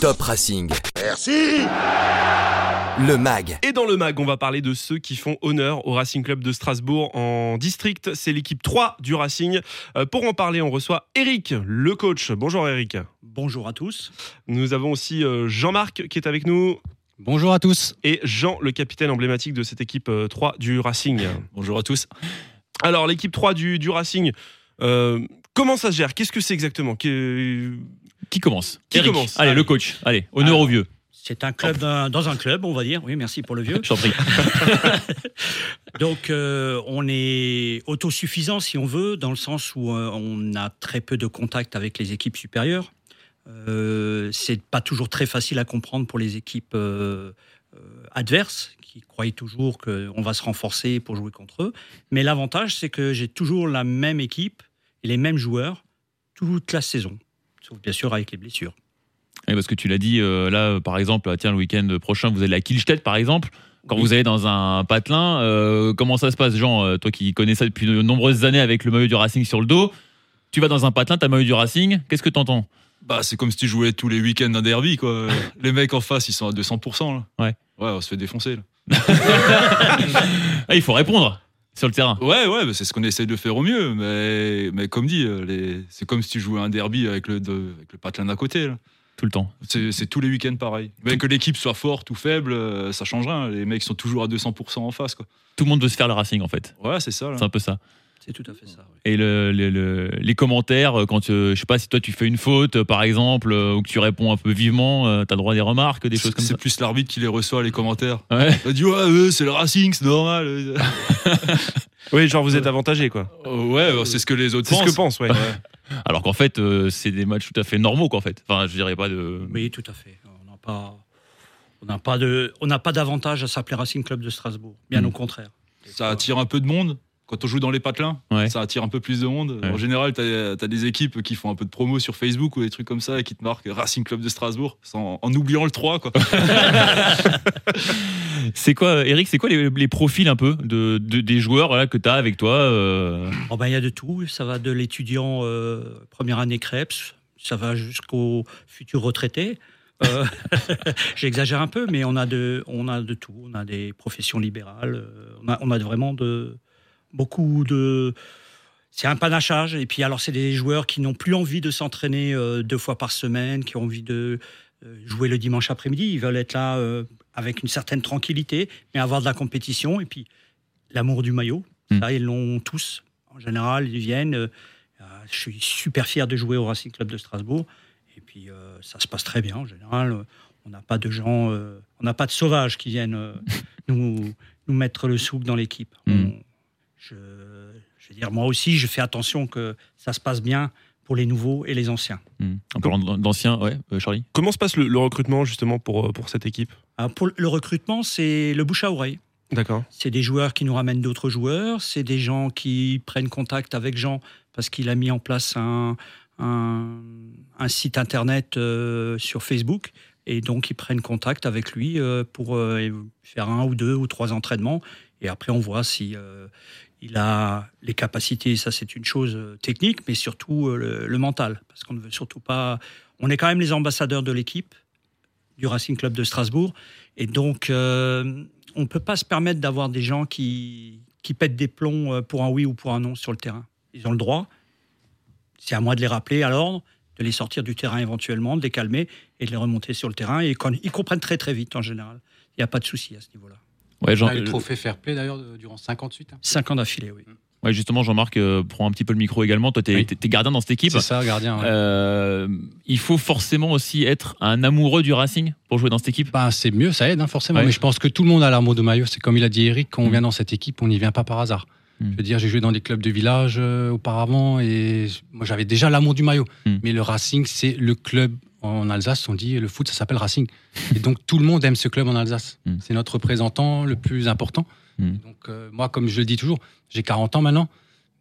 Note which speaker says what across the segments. Speaker 1: Top Racing.
Speaker 2: Merci
Speaker 1: Le MAG.
Speaker 3: Et dans le MAG, on va parler de ceux qui font honneur au Racing Club de Strasbourg en district. C'est l'équipe 3 du Racing. Euh, Pour en parler, on reçoit Eric, le coach. Bonjour Eric.
Speaker 4: Bonjour à tous.
Speaker 3: Nous avons aussi euh, Jean-Marc qui est avec nous
Speaker 5: Bonjour à tous.
Speaker 3: et Jean, le capitaine emblématique de cette équipe euh, 3 du Racing.
Speaker 5: Bonjour à tous.
Speaker 3: Alors, l'équipe 3 du, du Racing, euh, comment ça se gère Qu'est-ce que c'est exactement Que- euh,
Speaker 5: Qui commence
Speaker 3: Qui
Speaker 5: Eric.
Speaker 3: commence
Speaker 5: Allez, le coach. Allez, honneur
Speaker 4: Alors,
Speaker 5: aux vieux.
Speaker 4: C'est un club d'un- dans un club, on va dire. Oui, merci pour le vieux.
Speaker 5: Je t'en prie.
Speaker 4: Donc, euh, on est autosuffisant, si on veut, dans le sens où euh, on a très peu de contact avec les équipes supérieures. Euh, c'est pas toujours très facile à comprendre pour les équipes euh, euh, adverses qui croient toujours qu'on va se renforcer pour jouer contre eux. Mais l'avantage, c'est que j'ai toujours la même équipe et les mêmes joueurs toute la saison, sauf bien sûr avec les blessures.
Speaker 5: Oui, parce que tu l'as dit, euh, là, euh, par exemple, ah, tiens, le week-end prochain, vous allez à Kielstedt, par exemple. Quand vous allez dans un patelin, euh, comment ça se passe, Jean Euh, Toi qui connais ça depuis de nombreuses années avec le maillot du Racing sur le dos, tu vas dans un patelin, t'as le maillot du Racing, qu'est-ce que t'entends
Speaker 6: Bah, c'est comme si tu jouais tous les week-ends d'un derby, quoi. les mecs en face, ils sont à 200%, là.
Speaker 5: Ouais.
Speaker 6: Ouais, on se fait défoncer, là.
Speaker 5: ah, Il faut répondre sur le terrain.
Speaker 6: Ouais, ouais, bah, c'est ce qu'on essaye de faire au mieux, mais, mais comme dit, euh, les... c'est comme si tu jouais un derby avec le, de- avec le patelin d'à côté, là.
Speaker 5: Tout le temps.
Speaker 6: C'est c'est tous les week-ends pareil. Mais que l'équipe soit forte ou faible, euh, ça change rien. Les mecs sont toujours à 200% en face, quoi.
Speaker 5: Tout le monde veut se faire le Racing, en fait.
Speaker 6: Ouais, c'est ça, là.
Speaker 5: C'est un peu ça.
Speaker 4: C'est tout à fait ça. oui.
Speaker 5: et le- le- le- les commentaires euh, quand euh, je sais pas si toi tu fais une faute euh, par exemple euh, ou que tu réponds un peu vivement euh, t'as droit à des remarques des choses
Speaker 6: C'est
Speaker 5: comme ça
Speaker 6: c'est plus l'arbitre qui les reçoit, les commentaires.
Speaker 5: Ouais.
Speaker 6: Il dit, ouais, euh, c'est le Racing, c'est normal. euh.
Speaker 3: Oui, genre vous êtes avantagé, quoi.
Speaker 6: ouais, bah, c'est ce que les autres
Speaker 3: C'est ce
Speaker 6: pensent.
Speaker 3: que Euh, pense, ouais.
Speaker 5: alors qu'en fait euh, c'est des matchs tout à fait normaux qu'en fait enfin je dirais pas de
Speaker 4: Oui, tout à fait. On n'a pas, on n'a pas de, on n'a pas d'avantage à s'appeler Racing Club de Strasbourg. Bien
Speaker 5: Mm.
Speaker 4: au contraire.
Speaker 6: ça attire un peu de monde. Quand on joue dans les patelins,
Speaker 5: Ouais.
Speaker 6: ça attire un peu plus de monde.
Speaker 5: Ouais.
Speaker 6: En général, tu as, des équipes qui font un peu de promo sur Facebook ou des trucs comme ça et qui te marquent Racing Club de Strasbourg sans- en oubliant le 3. Quoi.
Speaker 5: c'est quoi euh, Eric c'est quoi les, les profils un peu de, de- des joueurs là, que t'as avec toi euh,
Speaker 4: Oh ben, il y a de tout. Ça va de l'étudiant euh, première année Krebs, ça va jusqu'au futur retraité. Euh, J'exagère un peu, mais on a de, on a de tout. On a des professions libérales. euh, On a, on a vraiment de beaucoup de. C'est un panachage. Et puis alors, c'est des joueurs qui n'ont plus envie de s'entraîner euh, deux fois par semaine, qui ont envie de euh, jouer le dimanche après-midi. Ils veulent être là euh, avec une certaine tranquillité, mais avoir de la compétition. Et puis l'amour du maillot.
Speaker 5: Mm.
Speaker 4: Ça, ils l'ont tous. En général, ils viennent. euh, euh, je suis super fier de jouer au Racing Club de Strasbourg. Et puis, euh, ça se passe très bien. En général, euh, on n'a pas de gens, euh, on n'a pas de sauvages qui viennent euh, nous, nous mettre le souk dans l'équipe.
Speaker 5: Mm.
Speaker 4: On- Je, je veux dire, moi aussi, je fais attention que ça se passe bien pour les nouveaux et les anciens.
Speaker 5: hmm, en parlant d'anciens ouais euh, Charlie
Speaker 3: Comment se passe le, le recrutement, justement, pour, euh, pour cette équipe
Speaker 4: Alors, Ah, pour le recrutement, c'est le bouche à oreille.
Speaker 3: D'accord.
Speaker 4: C'est des joueurs qui nous ramènent d'autres joueurs, c'est des gens qui prennent contact avec Jean parce qu'il a mis en place un, un- un site internet euh, sur Facebook. Et donc, ils prennent contact avec lui euh, pour euh, faire un ou deux ou trois entraînements. Et après, on voit si euh, il a les capacités. Ça, c'est une chose euh, technique, mais surtout euh, le, le mental. Parce qu'on ne veut surtout pas. On est quand même les ambassadeurs de l'équipe du Racing Club de Strasbourg. Et donc, euh, on ne peut pas se permettre d'avoir des gens qui, qui pètent des plombs euh, pour un oui ou pour un non sur le terrain. Ils ont le droit. C'est à moi de les rappeler à l'ordre, de les sortir du terrain éventuellement, de les calmer et de les remonter sur le terrain. Et con- ils comprennent très très vite en général. Il n'y a pas de souci à ce niveau-là.
Speaker 5: ouais, Jean,
Speaker 7: On a eu Ah, le trophée Fair Play d'ailleurs de- hein. durant 58.
Speaker 4: Cinq ans d'affilée,
Speaker 7: Euh,
Speaker 4: oui.
Speaker 5: ouais, justement Jean-Marc euh, prends un petit peu le micro également toi t'es
Speaker 7: Oui.
Speaker 5: t'es- t'es gardien dans cette équipe
Speaker 7: C'est ça, gardien. ouais.
Speaker 5: Euh, il faut forcément aussi être un amoureux du Racing pour jouer dans cette équipe
Speaker 7: Ben, c'est mieux, ça aide hein, forcément.
Speaker 5: Ouais.
Speaker 7: Mais je pense que tout le monde a l'amour de maillot. C'est comme il a dit Eric, quand on
Speaker 5: Mm.
Speaker 7: vient dans cette équipe, on n'y vient pas par hasard.
Speaker 5: Mm.
Speaker 7: Je veux dire, j'ai joué dans des clubs de village euh, auparavant et j- moi j'avais déjà l'amour du maillot.
Speaker 5: Mm.
Speaker 7: Mais le Racing, c'est le club en Alsace. On dit le foot, ça s'appelle Racing. et donc tout le monde aime ce club en Alsace.
Speaker 5: Mm.
Speaker 7: C'est notre représentant le plus important.
Speaker 5: Mm.
Speaker 7: Et Donc euh, moi, comme je le dis toujours, j'ai 40 ans maintenant.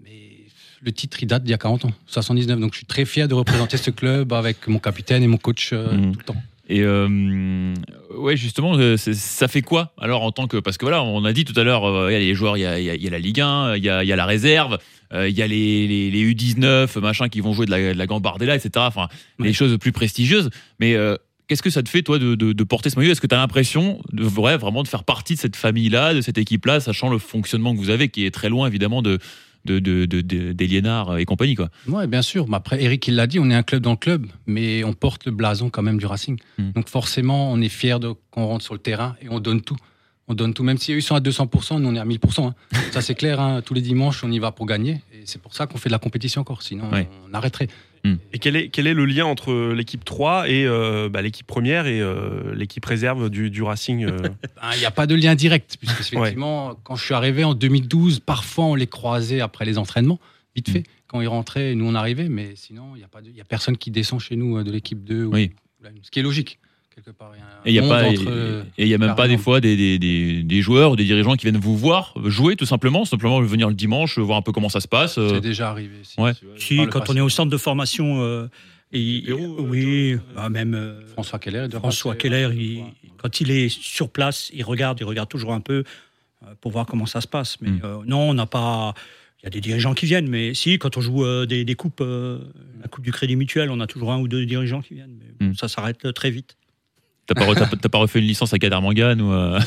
Speaker 7: mais Le titre, il date d'il y a 40 ans, 79. Donc, je suis très fier de représenter ce club avec mon capitaine et mon coach euh,
Speaker 5: Mm.
Speaker 7: tout le temps.
Speaker 5: Et euh, ouais, justement, euh, c'est- ça fait quoi Alors, en tant que. Parce que voilà, on a dit tout à l'heure, euh, il y a les joueurs, il y a, il y a- il y a la Ligue 1, il y a, il y a la réserve, euh, il y a les, les- les U19, machin, qui vont jouer de la, de la Gambardella, etc. Enfin, les
Speaker 4: Ouais.
Speaker 5: choses plus prestigieuses. Mais euh, Qu'est-ce que ça te fait, toi, de, de- de porter ce maillot Est-ce que tu as l'impression de vrai, vraiment de faire partie de cette famille-là, de cette équipe-là, sachant le fonctionnement que vous avez, qui est très loin, évidemment, de, de, de, de- de- des Liénards et compagnie quoi.
Speaker 7: Oui, bien sûr. Mais après, Eric, il l'a dit, on est un club dans le club, mais on porte le blason quand même du Racing.
Speaker 5: Mm.
Speaker 7: Donc forcément, on est fier de qu'on rentre sur le terrain et on donne tout. On donne tout, même si eux sont à 200%, nous on est à 1000%. hein. Ça c'est clair, hein. tous les dimanches on y va pour gagner. Et c'est pour ça qu'on fait de la compétition encore, sinon
Speaker 5: Ouais.
Speaker 7: on arrêterait.
Speaker 3: Et quel est, quel est le lien entre euh, l'équipe 3 et euh, bah, l'équipe première et euh, l'équipe réserve du, du Racing euh
Speaker 7: Ben, Il n'y a pas de lien direct, puisque effectivement, quand je suis arrivé en 2012, parfois on les croisait après les entraînements, vite
Speaker 5: Mm.
Speaker 7: fait. Quand ils rentraient, nous on arrivait, mais sinon, il n'y a, pas de- il y a personne qui descend chez nous euh, de l'équipe 2. ou-
Speaker 5: Oui.
Speaker 7: Ce qui est logique, quelque part. Il y a un
Speaker 5: Et il y a
Speaker 7: monde
Speaker 5: pas, et
Speaker 7: entre, euh,
Speaker 5: et il y a même
Speaker 7: par
Speaker 5: pas des
Speaker 7: exemple.
Speaker 5: fois des, des, des, des joueurs ou des dirigeants qui viennent vous voir jouer tout simplement, simplement venir le dimanche voir un peu comment ça se passe. euh,
Speaker 7: C'est déjà arrivé. si,
Speaker 5: ouais.
Speaker 7: tu vois,
Speaker 4: Si,
Speaker 7: par le
Speaker 4: quand
Speaker 7: passé.
Speaker 4: on est au centre de formation, euh, et-
Speaker 6: Pérou, euh,
Speaker 4: oui,
Speaker 6: Joe, euh,
Speaker 4: bah, même euh,
Speaker 7: François Keller, il doit
Speaker 4: François
Speaker 7: passer,
Speaker 4: Keller,
Speaker 7: euh,
Speaker 4: il-
Speaker 7: ouais.
Speaker 4: quand il est sur place, il regarde, il regarde toujours un peu euh, pour voir comment ça se passe. Mais
Speaker 6: Hmm.
Speaker 5: Mm.
Speaker 4: euh, non, on n'a pas. Il y a des dirigeants qui viennent, mais si, quand on joue euh, des, des coupes, euh, la coupe du Crédit Mutuel, on a toujours un ou deux dirigeants qui viennent. Mais
Speaker 6: Hmm.
Speaker 4: bon,
Speaker 5: Mm.
Speaker 4: Ça s'arrête euh, très vite.
Speaker 5: T'as pas, re- t'as pas- t'as pas refait une licence à Kader Mangan ou euh,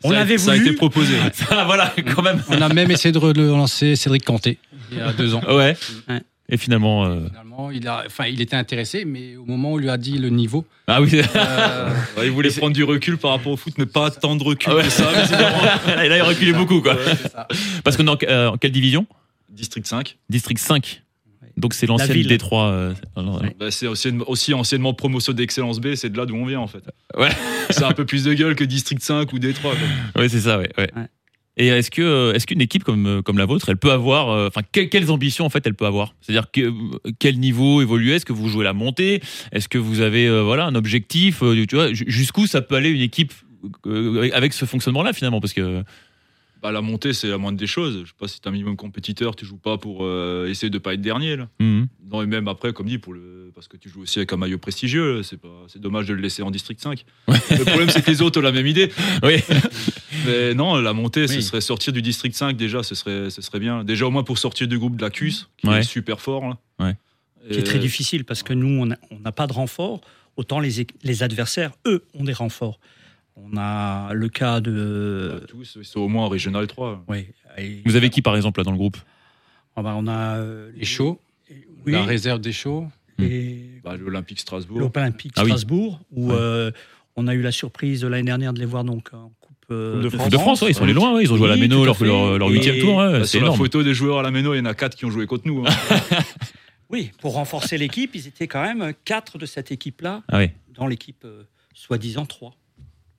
Speaker 4: On l'avait
Speaker 6: Ça a été
Speaker 4: voulu.
Speaker 6: proposé.
Speaker 5: ça, voilà,
Speaker 6: Mm.
Speaker 5: quand même.
Speaker 7: On a même essayé de relancer Cédric Canté il y a deux ans.
Speaker 5: Ouais.
Speaker 4: Ouais.
Speaker 5: Et finalement. euh,
Speaker 7: Finalement, il, a, enfin, il était intéressé, mais au moment où on lui a dit le niveau,
Speaker 5: Ah oui,
Speaker 7: euh,
Speaker 6: Ouais, il voulait prendre du recul par rapport au foot, mais pas tant de recul
Speaker 5: Ah ouais.
Speaker 6: que ça. mais c'est vraiment-
Speaker 5: et là il reculait beaucoup quoi.
Speaker 7: c'est ça.
Speaker 5: Parce qu'on est en, euh, en quelle division
Speaker 6: District 5.
Speaker 5: District 5.
Speaker 4: Ouais.
Speaker 5: Donc c'est l'ancienne
Speaker 4: ville.
Speaker 5: Détroit. euh, non, non, non.
Speaker 4: Ouais.
Speaker 6: Bah, c'est aussi, aussi anciennement promotion d'excellence B, c'est de là d'où on vient en fait.
Speaker 5: Ouais.
Speaker 6: C'est un peu plus de gueule que District 5 ou Détroit. quoi.
Speaker 5: Ouais, c'est ça, ouais. ouais.
Speaker 4: Ouais.
Speaker 5: Et est-ce que euh, est-ce qu'une équipe comme euh, comme la vôtre, elle peut avoir, euh, enfin, que- quelles ambitions en fait elle peut avoir C'est-à-dire que euh, quel niveau évoluer Est-ce que vous jouez la montée Est-ce que vous avez euh, voilà un objectif euh, Tu vois, ju- jusqu'où ça peut aller une équipe euh, avec ce fonctionnement-là finalement Parce que
Speaker 6: Bah, la montée, c'est la moindre des choses. Je sais pas si t'es un minimum compétiteur, tu joues pas pour euh, essayer de pas être dernier. Là.
Speaker 5: Mhm.
Speaker 6: Non, et même après, comme dit, pour le... parce que tu joues aussi avec un maillot prestigieux, là, c'est pas... c'est dommage de le laisser en District 5. Le problème, c'est que les autres ont la même idée.
Speaker 5: oui,
Speaker 6: Mais non, la montée, ce
Speaker 5: Oui.
Speaker 6: serait sortir du District 5 déjà, ce serait, ce serait bien. Déjà, au moins pour sortir du groupe de la CUS, qui
Speaker 5: Ouais.
Speaker 6: est super fort. Là.
Speaker 5: Ouais.
Speaker 6: Et-
Speaker 4: qui est très
Speaker 6: Euh,
Speaker 4: difficile parce que nous, on n'a- on n'a pas de renfort. Autant les, é- les adversaires, eux, ont des renforts. On a le cas
Speaker 6: bah,
Speaker 5: euh,
Speaker 4: de.
Speaker 6: tous, ils sont au moins en Régional 3.
Speaker 4: ouais, et-
Speaker 5: vous avez qui par exemple là dans le groupe
Speaker 4: Ah bah, On a. euh,
Speaker 7: Les chauds,
Speaker 4: Oui,
Speaker 7: la réserve des chauds.
Speaker 4: les-
Speaker 6: Bah, L'Olympique Strasbourg.
Speaker 4: l'Olympique
Speaker 5: Ah oui.
Speaker 4: Strasbourg, où
Speaker 5: Ouais.
Speaker 4: euh, on a eu la surprise de l'année dernière de les voir donc en Coupe euh,
Speaker 3: Coupe de France.
Speaker 5: De France, ouais, ils sont allés loin, ouais, ils ont joué à la
Speaker 4: Oui,
Speaker 5: Méno
Speaker 4: tout à
Speaker 5: alors que
Speaker 4: fait.
Speaker 5: leur leur
Speaker 4: Et-
Speaker 5: huitième tour, ouais,
Speaker 6: Bah,
Speaker 5: E, c'est
Speaker 6: sur la
Speaker 5: énorme.
Speaker 6: photo des joueurs à la Méno, il y en a 4 qui ont joué contre nous. hein.
Speaker 4: Oui, pour renforcer l'équipe, ils étaient quand même quatre de cette équipe-là
Speaker 5: Ah ouais.
Speaker 4: dans l'équipe euh, soi-disant 3.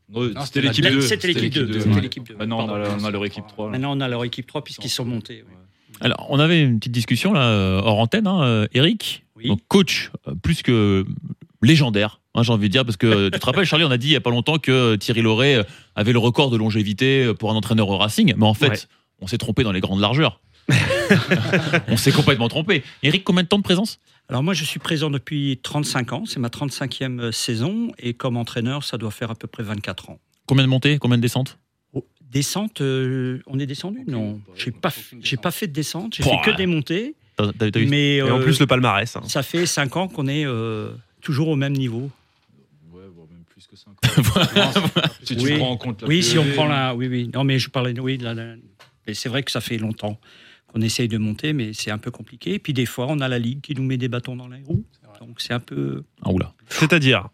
Speaker 6: Non,
Speaker 7: Non,
Speaker 6: C'était
Speaker 7: c'était
Speaker 6: l'équipe
Speaker 7: la-
Speaker 6: 2.
Speaker 4: c'était l'équipe deux,
Speaker 6: deux,
Speaker 4: c'était
Speaker 6: ouais.
Speaker 4: l'équipe deux.
Speaker 6: Maintenant, on a,
Speaker 7: Pardon.
Speaker 6: on a leur équipe 3. là.
Speaker 4: Maintenant, on a leur équipe 3 puisqu'ils sont montés. oui.
Speaker 5: Alors, on avait une petite discussion là, euh, hors antenne, hein, euh, Eric,
Speaker 4: Oui.
Speaker 5: donc coach euh, plus que légendaire, hein, j'ai envie de dire, parce que euh, tu te rappelles, Charlie, on a dit il n'y a pas longtemps que euh, Thierry Loret euh, avait le record de longévité euh, pour un entraîneur au Racing, mais en fait,
Speaker 3: Ouais.
Speaker 5: on s'est trompé dans les grandes largeurs. on s'est complètement trompé. Eric, combien de temps de présence
Speaker 4: Alors moi, je suis présent depuis 35 ans, c'est ma 35e saison, et comme entraîneur, ça doit faire à peu près 24 ans.
Speaker 5: Combien de montées Combien de descentes
Speaker 4: Oh, Descente, euh, on est descendu
Speaker 7: Aucune,
Speaker 4: Non,
Speaker 7: pas-
Speaker 4: j'ai pas,
Speaker 7: aucune
Speaker 4: j'ai pas fait de descente, j'ai
Speaker 5: Pouah.
Speaker 4: fait que des montées,
Speaker 5: T'as- t'as- t'as eu-
Speaker 4: mais
Speaker 3: Et en
Speaker 4: euh,
Speaker 3: plus, le palmarès. hein.
Speaker 4: ça fait 5 ans qu'on est euh, toujours au même niveau.
Speaker 6: Ouais, voire même plus que 5. si tu
Speaker 4: Oui.
Speaker 6: prends en compte la
Speaker 4: Oui, si on
Speaker 6: durée.
Speaker 4: prend la. Oui, oui. Non, mais je parlais. Oui, de la, la- mais c'est vrai que ça fait longtemps qu'on essaye de monter, mais c'est un peu compliqué. Et puis des fois, on a la ligue qui nous met des bâtons dans les roues. Donc c'est un peu.
Speaker 5: Ah, oula.
Speaker 3: C'est-à-dire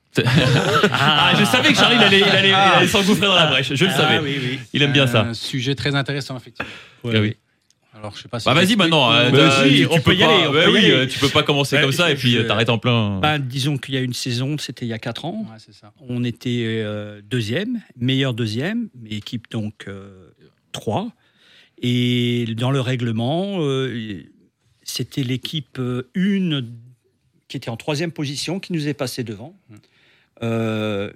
Speaker 5: Ah, je savais que Charlie, il allait, il allait- il allait s'engouffrer dans la brèche, je le savais.
Speaker 4: Ah oui, oui.
Speaker 5: Il aime bien ça.
Speaker 7: Un sujet très intéressant, effectivement.
Speaker 5: Ah oui.
Speaker 7: Alors, je sais pas si
Speaker 5: Bah vas-y maintenant, euh,
Speaker 7: Bah,
Speaker 5: t'as-
Speaker 4: si,
Speaker 5: tu-
Speaker 4: on
Speaker 5: tu
Speaker 4: peut y
Speaker 5: pas-
Speaker 4: aller, on
Speaker 5: bah
Speaker 4: peut y
Speaker 5: oui,
Speaker 4: aller.
Speaker 5: euh, tu peux pas commencer
Speaker 4: Bah,
Speaker 5: comme ça et
Speaker 4: je-
Speaker 5: puis euh, t'arrêtes en plein.
Speaker 4: Ben, disons qu'il y a une saison, c'était il y a 4 ans.
Speaker 7: Ouais, c'est ça.
Speaker 4: On était euh, deuxième, meilleur deuxième, mais équipe donc 3. Et dans le règlement, euh, c'était l'équipe 1 qui était en troisième position qui nous est passée devant. Euh,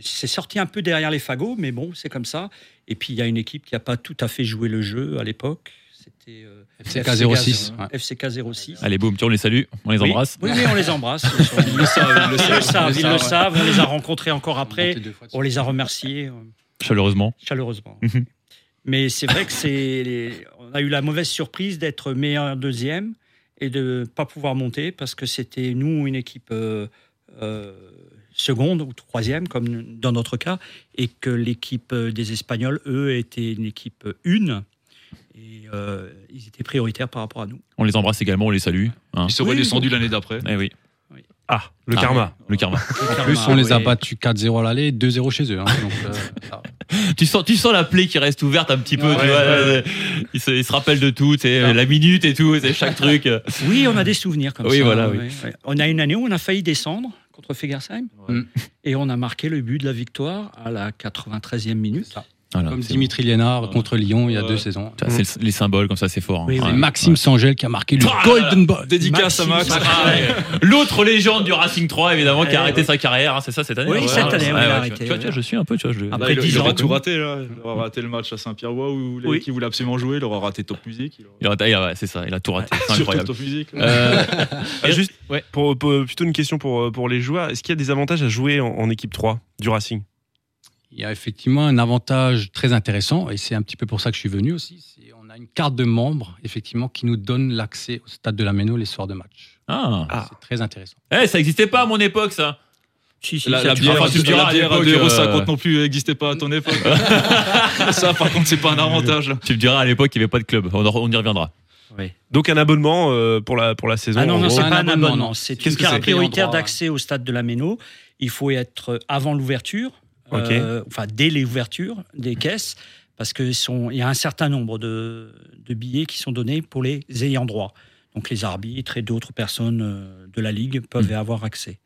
Speaker 4: c'est sorti un peu derrière les fagots, mais bon, c'est comme ça. Et puis il y a une équipe qui n'a pas tout à fait joué le jeu à l'époque. C'était euh,
Speaker 7: FCK 06. ouais.
Speaker 4: FCK 06.
Speaker 5: Allez, boum, tiens, on les salue, on les
Speaker 4: Oui.
Speaker 5: embrasse.
Speaker 4: Oui, oui, on les embrasse. Ils sont-
Speaker 6: Ils le savent, ils le
Speaker 4: Ils le
Speaker 6: savent.
Speaker 4: savent, ils le
Speaker 7: ouais.
Speaker 4: savent. On les a rencontrés encore
Speaker 7: On a
Speaker 4: après.
Speaker 7: monté deux fois de
Speaker 4: On
Speaker 7: suite.
Speaker 4: les a remerciés euh,
Speaker 5: Chaleureusement.
Speaker 4: chaleureusement.
Speaker 5: Mhm.
Speaker 4: Mais c'est vrai que c'est, les- on a eu la mauvaise surprise d'être meilleur deuxième et de pas pouvoir monter parce que c'était nous une équipe euh, euh, seconde ou troisième, comme dans notre cas, et que l'équipe euh, des Espagnols, eux, était une équipe euh, une. Et euh, ils étaient prioritaires par rapport à nous.
Speaker 5: On les embrasse également, on les salue. hein.
Speaker 6: Ils seraient
Speaker 4: Oui,
Speaker 6: descendus l'année d'après.
Speaker 5: Eh oui.
Speaker 3: Ah, le
Speaker 5: Ah,
Speaker 3: karma.
Speaker 5: Le karma.
Speaker 7: En plus, on les a
Speaker 4: Ouais.
Speaker 7: battus 4-0 à l'aller, 2-0 chez eux. hein. Donc, euh, ça-
Speaker 5: tu, sens, tu sens la plaie qui reste ouverte un petit peu. tu
Speaker 3: ouais,
Speaker 5: vois,
Speaker 3: ouais, Ah.
Speaker 5: Ils, se, ils se rappellent de tout, tu sais, la minute et tout, c'est chaque truc. euh.
Speaker 4: Oui, on a des souvenirs comme
Speaker 5: Oui,
Speaker 4: ça.
Speaker 5: voilà, oui.
Speaker 4: ouais, ouais. On a une année où on a failli descendre contre Fegersheim
Speaker 7: Ouais.
Speaker 5: Mm.
Speaker 4: et on a marqué le but de la victoire à la 93e minute.
Speaker 5: Voilà,
Speaker 7: Comme
Speaker 5: Ah c'est
Speaker 7: Dimitri Lénard contre Lyon il y a
Speaker 6: Ouais.
Speaker 7: deux saisons.
Speaker 5: bon. Ça, c'est le- les symboles, comme ça, c'est fort. hein.
Speaker 4: Oui, oui.
Speaker 5: Ouais,
Speaker 7: C'est Maxime
Speaker 5: ouais.
Speaker 7: Sangel qui a marqué le
Speaker 5: Ah,
Speaker 7: Golden Ball.
Speaker 6: Dédicace à Max.
Speaker 5: Ah, ouais. L'autre légende du Racing 3, évidemment,
Speaker 6: Eh
Speaker 5: qui a arrêté sa carrière, hein, c'est ça cette année
Speaker 4: Oui,
Speaker 5: hein,
Speaker 4: cette
Speaker 5: ouais,
Speaker 4: année,
Speaker 5: ouais,
Speaker 4: on
Speaker 5: ouais,
Speaker 4: l'a
Speaker 5: tu
Speaker 4: arrêté,
Speaker 5: vois, Tu vois,
Speaker 4: ouais.
Speaker 5: tu vois, je suis un peu, tu vois, je-
Speaker 4: Après
Speaker 6: Ouais, Ah bah, il,
Speaker 4: 10
Speaker 6: il
Speaker 4: ans.
Speaker 6: aura tout raté, là. Il aura raté le match à Saint-Pierre-Bois où l'équipe voulait absolument jouer. Il aura raté Top Music. Il aura-
Speaker 5: Il a- ah, ouais, c'est ça, il a tout raté. C'est
Speaker 6: Surtout
Speaker 5: incroyable.
Speaker 6: Top Music.
Speaker 5: Euh,
Speaker 3: Ah, juste
Speaker 5: Ouais.
Speaker 3: pour, pour- plutôt une question pour, euh, pour les joueurs. Est-ce qu'il y a des avantages à jouer en, en équipe 3 du Racing
Speaker 7: Il y a effectivement un avantage très intéressant, et c'est un petit peu pour ça que je suis venu aussi. c'est- On a une carte de membre, effectivement, qui nous donne l'accès au stade de la Méno les soirs de match.
Speaker 5: ah.
Speaker 3: Ah.
Speaker 7: C'est très intéressant.
Speaker 5: Eh, ça n'existait pas à mon époque, ça.
Speaker 4: Si, si,
Speaker 6: La,
Speaker 4: ça,
Speaker 6: la
Speaker 4: tu
Speaker 6: bière,
Speaker 4: vois,
Speaker 5: enfin, tu me diras,
Speaker 6: la
Speaker 5: à
Speaker 6: bière à
Speaker 5: l'époque,
Speaker 6: 2,50
Speaker 5: euh,
Speaker 6: non plus n'existait pas à ton époque. ça, par contre, c'est pas un avantage. là.
Speaker 5: Tu me diras à l'époque qu'il n'y avait pas de club. On, en- on y reviendra.
Speaker 4: Ouais.
Speaker 3: Donc un abonnement euh, pour, la, pour la saison.
Speaker 4: Ah non,
Speaker 3: en
Speaker 4: non,
Speaker 3: gros.
Speaker 4: c'est
Speaker 7: un
Speaker 4: pas un
Speaker 7: abonnement,
Speaker 4: abonnement.
Speaker 7: non.
Speaker 4: C'est une
Speaker 7: Qu'est-ce que
Speaker 4: carte
Speaker 7: c'est
Speaker 4: prioritaire
Speaker 7: Payant droit.
Speaker 4: d'accès au stade de la Méno. Il faut être euh, avant l'ouverture,
Speaker 3: Ok.
Speaker 4: euh, enfin dès l'ouverture des caisses, parce qu'il y a un certain nombre de, de billets qui sont donnés pour les ayants droit. Donc les arbitres et d'autres personnes euh, de la Ligue peuvent y avoir accès.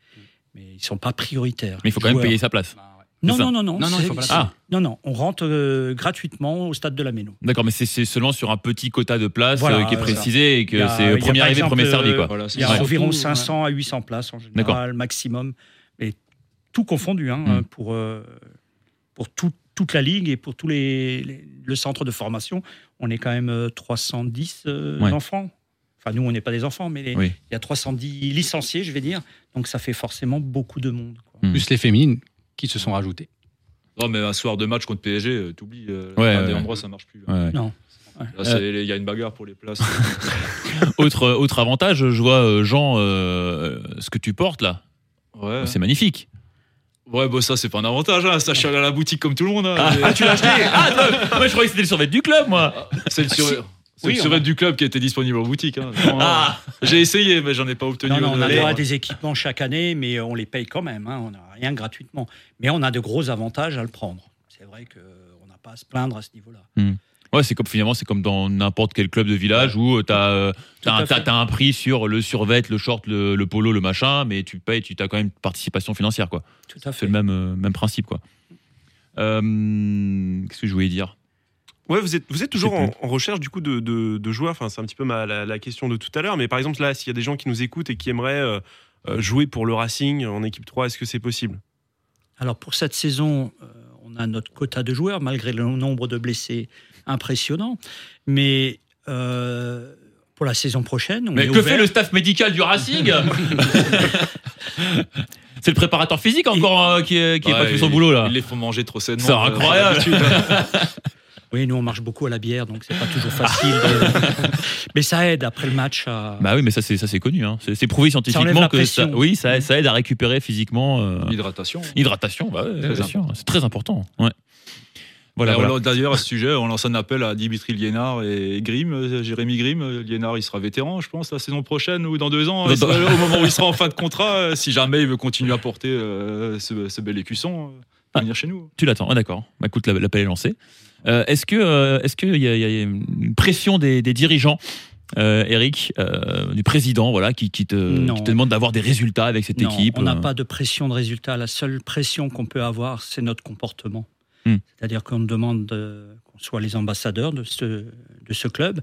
Speaker 4: Mais ils ne sont pas prioritaires.
Speaker 5: Mais il faut quand même
Speaker 4: Joueurs.
Speaker 5: payer sa place.
Speaker 4: Non,
Speaker 5: c'est ça.
Speaker 4: non, non, non.
Speaker 7: Non, non, il
Speaker 4: c'est-
Speaker 7: faut pas la
Speaker 4: c'est-
Speaker 5: payer.
Speaker 4: non, non, on rentre euh, gratuitement au stade de la Méno.
Speaker 5: D'accord, mais c'est- c'est seulement sur un petit quota de place
Speaker 4: Voilà,
Speaker 5: euh, qui est
Speaker 4: euh,
Speaker 5: précisé et
Speaker 4: Il y
Speaker 5: que
Speaker 4: a- il y
Speaker 5: c'est
Speaker 4: a
Speaker 5: premier
Speaker 4: par
Speaker 5: arrivé,
Speaker 4: exemple,
Speaker 5: premier servi,
Speaker 4: euh,
Speaker 5: quoi.
Speaker 6: Voilà, c'est
Speaker 4: Il y a
Speaker 5: Ouais.
Speaker 6: surtout,
Speaker 4: environ
Speaker 7: ouais.
Speaker 4: 500 à 800 places en
Speaker 5: D'accord.
Speaker 4: général, maximum. Et tout confondu, hein,
Speaker 5: Hmm.
Speaker 4: pour, euh, pour tout- toute la ligue et pour tous les, les- le centre de formation. On est quand même euh, 310 euh,
Speaker 5: Ouais.
Speaker 4: enfants. Enfin, nous, on n'est pas des enfants, mais les-
Speaker 5: Oui.
Speaker 4: il y a 310 licenciés, je vais dire. Donc, ça fait forcément beaucoup de monde. quoi.
Speaker 5: Hmm.
Speaker 7: Plus les féminines qui se sont rajoutées.
Speaker 6: Non, mais un soir de match contre PSG, euh, t'oublies. euh,
Speaker 5: Ouais,
Speaker 6: un
Speaker 5: ouais,
Speaker 6: des
Speaker 5: ouais.
Speaker 6: endroits, ça marche plus. hein.
Speaker 5: Ouais,
Speaker 4: euh,
Speaker 5: ouais.
Speaker 6: Là, c'est- il y a une bagarre pour les places.
Speaker 5: Autre, euh, autre avantage, je vois, euh, Jean, euh, ce que tu portes là,
Speaker 4: Euh.
Speaker 6: ouais.
Speaker 5: c'est magnifique.
Speaker 6: Ouais, bah ça, c'est pas un avantage. Hein. Ça, je suis allé à la boutique comme tout le monde. hein. Et-
Speaker 5: tu l'as acheté Ah, non, moi je croyais que c'était le survêt du club, moi
Speaker 6: C'est le sur- c'est
Speaker 4: Oui,
Speaker 6: le
Speaker 4: on-
Speaker 6: survêt du club qui était disponible en boutique. hein. Non,
Speaker 4: Oh.
Speaker 5: Ah
Speaker 6: J'ai essayé, mais j'en ai pas obtenu.
Speaker 4: Non, non,
Speaker 6: le
Speaker 4: on a
Speaker 6: meilleur.
Speaker 4: droit à des équipements chaque année, mais on les paye quand même. hein, on n'a rien gratuitement. Mais on a de gros avantages à le prendre. C'est vrai qu'on n'a pas à se plaindre à ce niveau-là.
Speaker 5: Ouais, c'est comme finalement, c'est comme dans n'importe quel club de village où euh, t'as euh,
Speaker 4: Tout
Speaker 5: t'as un,
Speaker 4: à fait.
Speaker 5: t'as- t'as un prix sur le survêt, le short, le, le polo, le machin, mais tu payes, tu as quand même une participation financière, quoi.
Speaker 4: Tout à
Speaker 5: C'est
Speaker 4: fait.
Speaker 5: le même, euh, même principe, quoi. Euh, Qu'est-ce que je voulais dire
Speaker 3: Ouais, vous êtes, vous êtes toujours
Speaker 5: Je sais
Speaker 3: en, en recherche du coup de, de- de joueurs. Enfin, c'est un petit peu ma, la, la question de tout à l'heure. Mais par exemple, là, s'il y a des gens qui nous écoutent et qui aimeraient euh, euh, jouer pour le Racing en équipe 3, est-ce que c'est possible
Speaker 4: Alors pour cette saison, euh, on a notre quota de joueurs, malgré le nombre de blessés impressionnant. Mais euh, pour la saison prochaine, on
Speaker 5: Mais
Speaker 4: est
Speaker 5: que
Speaker 4: ouvert.
Speaker 5: fait le staff médical du Racing C'est le préparateur physique encore euh, qui n'a
Speaker 6: Ouais,
Speaker 5: pas fait son
Speaker 6: ils-
Speaker 5: boulot là.
Speaker 6: Ils les font manger trop sainement.
Speaker 5: C'est incroyable.
Speaker 4: Oui, nous on marche beaucoup à la bière, donc c'est pas toujours facile. de- Mais ça aide après le match à.
Speaker 5: Bah oui, mais ça c'est ça c'est connu. hein. C'est c'est prouvé
Speaker 4: enlève
Speaker 5: scientifiquement
Speaker 4: la
Speaker 5: que ça,
Speaker 4: pression.
Speaker 5: oui, ça, ça aide à récupérer physiquement. euh,
Speaker 6: L'hydratation.
Speaker 5: Hydratation, bah ouais,
Speaker 6: Très
Speaker 5: bien sûr, c'est très important. Ouais. Voilà,
Speaker 6: Et on
Speaker 5: voilà.
Speaker 6: lance- D'ailleurs, à ce sujet, on lance un appel à Dimitri Liénard et Grimm, euh, Jérémy Grimm. Euh, Liénard, il sera vétéran, je pense, la saison prochaine ou dans deux ans.
Speaker 5: Dans-
Speaker 6: Il sera- au moment où il sera en fin de contrat, euh, si jamais il veut continuer à porter euh, ce, ce bel écusson, euh, il
Speaker 5: Ah.
Speaker 6: peut venir chez nous.
Speaker 5: Tu l'attends, Ah, d'accord. Bah, écoute, la- l'appel est lancé. Euh, est-ce que euh, est-ce qu'il y, a- il y a une pression des, des dirigeants, euh, Eric, euh, du président, voilà, qui, qui te,
Speaker 4: Non.
Speaker 5: qui te demande d'avoir des résultats avec cette
Speaker 4: Non,
Speaker 5: équipe
Speaker 4: on n'a
Speaker 5: euh,
Speaker 4: pas de pression de résultat. La seule pression qu'on peut avoir, c'est notre comportement.
Speaker 5: Hmm.
Speaker 4: C'est-à-dire qu'on me demande euh, qu'on soit les ambassadeurs de ce, de ce club,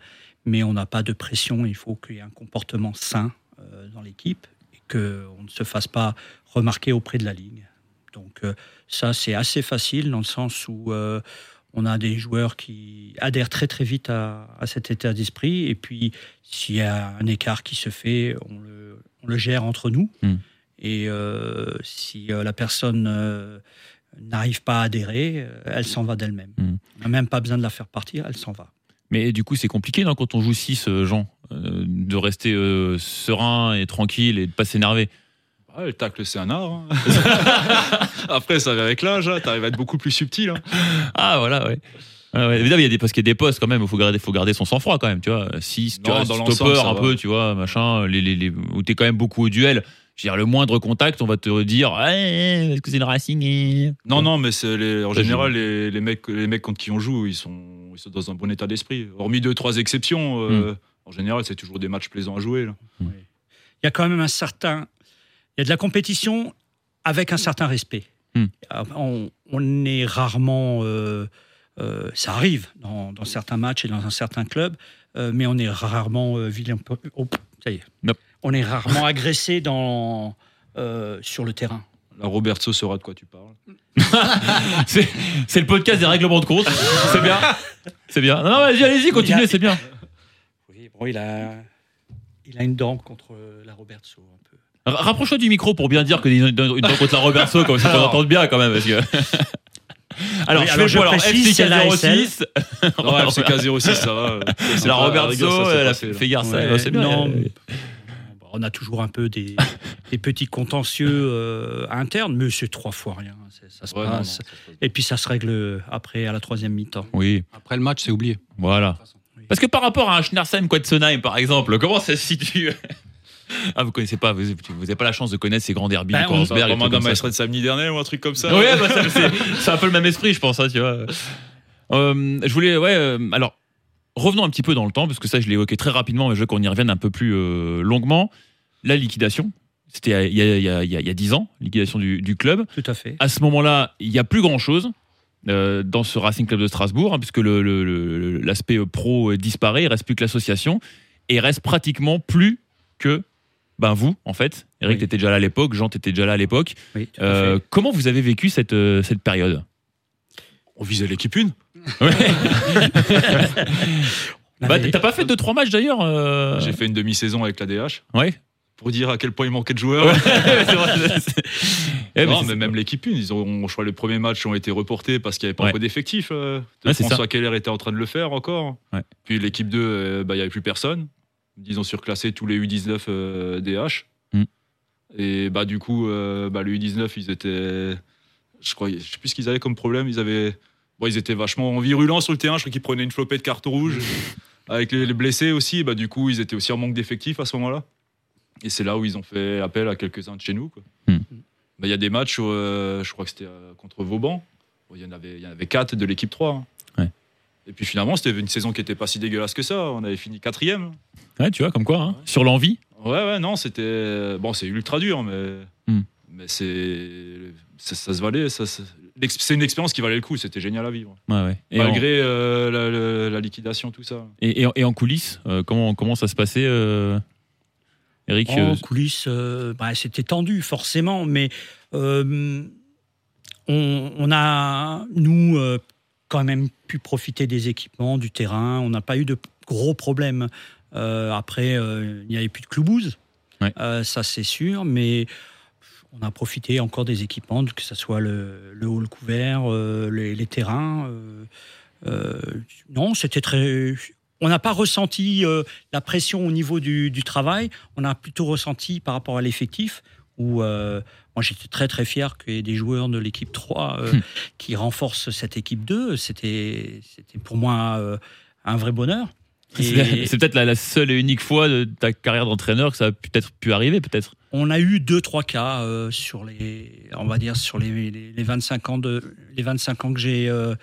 Speaker 4: mais on n'a pas de pression. Il faut qu'il y ait un comportement sain euh, dans l'équipe et qu'on ne se fasse pas remarquer auprès de la Ligue. Donc euh, ça, c'est assez facile dans le sens où euh, on a des joueurs qui adhèrent très très vite à, à cet état d'esprit. Et puis, s'il y a un écart qui se fait, on le, on le gère entre nous.
Speaker 5: Hmm.
Speaker 4: Et euh, si euh, la personne euh, n'arrive pas à adhérer, euh, elle s'en va d'elle-même.
Speaker 5: Hmm.
Speaker 4: On n'a même pas besoin de la faire partir, elle s'en va.
Speaker 5: Mais du coup, c'est compliqué non, quand on euh, joue 6, Jean, euh, de rester euh, serein et tranquille et de pas s'énerver.
Speaker 6: Ah, le tacle, c'est un art. hein. Après, ça va avec l'âge. hein. T'arrives à être beaucoup plus subtil. hein.
Speaker 5: Ah, voilà, ouais. Ouais, ouais. Évidemment, il y a des, parce qu'il y a des postes quand même, il faut garder, faut garder son sang-froid quand même, tu vois. Si tu
Speaker 6: Non,
Speaker 5: restes
Speaker 6: dans l'ensemble,
Speaker 5: stopper
Speaker 6: ça
Speaker 5: un
Speaker 6: va.
Speaker 5: peu, tu vois, machin, les, les, les- où t'es quand même beaucoup au duel, je veux dire, le moindre contact, on va te dire, Ouais, est-ce que c'est le Racing eh
Speaker 6: Non, non, mais c'est les- en
Speaker 5: Ça,
Speaker 6: général, les, les mecs, les mecs contre qui on joue, ils sont, ils sont dans un bon état d'esprit. Hormis deux, trois exceptions,
Speaker 5: Hmm.
Speaker 6: euh, en général, c'est toujours des matchs plaisants à jouer. là.
Speaker 4: il y a quand même un certain. Il y a de la compétition avec un certain respect.
Speaker 5: Hmm.
Speaker 4: Euh, On, on est rarement. euh, euh, ça arrive dans, dans certains matchs et dans un certain club, euh, mais on est rarement euh, vilain. peu- oh, ça y est.
Speaker 5: Nope.
Speaker 4: On est rarement agressé dans, euh, sur le terrain.
Speaker 6: Là, Roberto saura de quoi tu parles.
Speaker 5: C'est c'est le podcast des règlements de compte, c'est bien. C'est bien. Non, non, vas-y, allez-y,
Speaker 4: Il y
Speaker 5: continuez,
Speaker 4: a-
Speaker 5: c'est bien.
Speaker 4: Oui, bon, il a, il a une dent contre la Robertso un peu.
Speaker 5: R- Rapproche-toi du micro pour bien dire que ils ont une une dent contre la Robertso, comme ça on
Speaker 4: Alors.
Speaker 5: entende bien quand même. Parce que... Alors,
Speaker 4: Oui,
Speaker 5: je
Speaker 4: alors,
Speaker 5: fais
Speaker 4: je
Speaker 5: quoi, alors,
Speaker 4: précise,
Speaker 5: FCK
Speaker 4: c'est la
Speaker 5: 06,
Speaker 6: Non, FCK06, ça va. C'est
Speaker 5: la
Speaker 6: pas- à
Speaker 5: Robertso,
Speaker 6: rigueur, ça s'est
Speaker 5: elle a
Speaker 6: passé,
Speaker 5: fait
Speaker 6: là.
Speaker 5: fait gare, ça,
Speaker 4: Ouais,
Speaker 5: ouais, c'est bien.
Speaker 4: non,
Speaker 5: il y a-
Speaker 4: Bon, On a toujours un peu des, des petits contentieux euh, internes, mais c'est trois fois rien. hein, C'est- Ça se
Speaker 6: Ouais,
Speaker 5: Ah,
Speaker 6: non, non,
Speaker 4: passe.
Speaker 6: ça se passe.
Speaker 4: Et puis ça se règle après à la troisième mi-temps.
Speaker 5: Oui,
Speaker 7: Après le match, c'est oublié.
Speaker 5: voilà. Parce que par rapport à un Schnarsheim Quatsenheim, par exemple, comment ça se situe Ah, vous connaissez pas, vous n'avez pas la chance de connaître ces grands derbies,
Speaker 4: Ben,
Speaker 5: du
Speaker 4: on-
Speaker 6: Ça va
Speaker 5: Kongsberg, et
Speaker 6: Vraiment
Speaker 5: tout
Speaker 6: d'un
Speaker 5: comme ça.
Speaker 6: maestro de samedi dernier ou un truc comme ça.
Speaker 5: Ouais, bah, ça, c'est, c'est un peu le même esprit, je pense, hein, tu vois. Euh, je voulais, ouais, euh, alors, revenons un petit peu dans le temps, parce que ça, je l'ai évoqué très rapidement, mais je veux qu'on y revienne un peu plus euh, longuement. La liquidation, c'était il y a, il y a- il y a- il y a 10 ans, liquidation du, du club.
Speaker 4: Tout à fait.
Speaker 5: À ce moment-là, il n'y a plus grand-chose. euh, dans ce Racing Club de Strasbourg, hein, puisque le- le- le- l'aspect euh, pro euh, disparaît, il reste plus que l'association, et il reste pratiquement plus que ben vous, en fait. Eric,
Speaker 4: Oui.
Speaker 5: t'étais déjà là à l'époque, Jean, t'étais déjà là à l'époque.
Speaker 4: Oui, tout à
Speaker 5: Euh,
Speaker 4: fait.
Speaker 5: comment vous avez vécu cette, euh, cette période
Speaker 6: On visait l'équipe une.
Speaker 4: On
Speaker 5: Bah,
Speaker 4: avait-
Speaker 5: T'as pas fait 2-3 matchs d'ailleurs euh,
Speaker 6: J'ai fait une demi-saison avec la DH
Speaker 5: Ouais.
Speaker 6: pour dire à quel point il manquait de joueurs.
Speaker 5: C'est vrai, c'est- Eh,
Speaker 6: non,
Speaker 5: mais
Speaker 6: mais,
Speaker 5: c'est-
Speaker 6: même l'équipe une, ils ont, je crois, les premiers matchs ont été reportés parce qu'il n'y avait pas
Speaker 5: Ouais.
Speaker 6: encore d'effectifs. euh.
Speaker 5: Ouais, c'est
Speaker 6: François Keller était en train de le faire encore.
Speaker 5: Ouais.
Speaker 6: Puis l'équipe 2, euh, bah, il n'y avait plus personne. Ils ont surclassé tous les U19 euh, DH.
Speaker 5: Mm.
Speaker 6: Et bah, du coup, euh, bah, le U19, ils étaient. Je crois, je sais plus ce qu'ils avaient comme problème. Ils avaient. Bon, ils étaient vachement virulents sur le terrain. Je crois qu'ils prenaient une flopée de cartons rouges. Avec les, les blessés aussi, bah, du coup, ils étaient aussi en manque d'effectifs à ce moment-là. Et c'est là où ils ont fait appel à quelques-uns de chez nous. quoi.
Speaker 5: Mm.
Speaker 6: Bah, Il y a des matchs, où, euh, je crois que c'était euh, contre Vauban. Bon, Il y, en avait- il y en avait quatre de l'équipe 3. hein.
Speaker 5: Ouais.
Speaker 6: Et puis finalement, c'était une saison qui n'était pas si dégueulasse que ça. On avait fini quatrième.
Speaker 5: Ouais, tu vois, comme quoi, hein, sur l'envie.
Speaker 6: Ouais, ouais, non, c'était. Bon, c'est ultra dur, mais.
Speaker 5: Mm.
Speaker 6: Mais c'est. Ça, ça se valait. ça se- l'ex- C'est une expérience qui valait le coup. C'était génial à vivre.
Speaker 5: Ouais, ouais. Et, en,
Speaker 6: Malgré euh, la, la- la liquidation, tout ça.
Speaker 5: et- et en- et en coulisses, euh, comment, comment ça se passait, euh, Eric euh,
Speaker 4: En coulisses, euh, bah, c'était tendu, forcément, mais euh, on, on a, nous, euh, quand même pu profiter des équipements, du terrain. On n'a pas eu de gros problèmes. Euh, après, euh, il n'y avait plus de cloubouze,
Speaker 5: Ouais.
Speaker 4: Euh, ça c'est sûr, mais on a profité encore des équipements, que ce soit le, le hall couvert, euh, les, les terrains. euh, euh, non, c'était très. On n'a pas ressenti euh, la pression au niveau du, du travail on a plutôt ressenti par rapport à l'effectif où euh, moi j'étais très très fier qu'il y ait des joueurs de l'équipe 3 euh,
Speaker 5: Hmm.
Speaker 4: qui renforcent cette équipe 2. C'était c'était pour moi euh, un vrai bonheur.
Speaker 5: C'est
Speaker 4: Et
Speaker 5: c'est peut-être la, la seule et unique fois de ta carrière d'entraîneur que ça a peut-être pu arriver, peut-être.
Speaker 4: on a eu deux trois cas euh, sur les on va dire sur les, les, les 25 ans de les 25 ans que j'ai euh,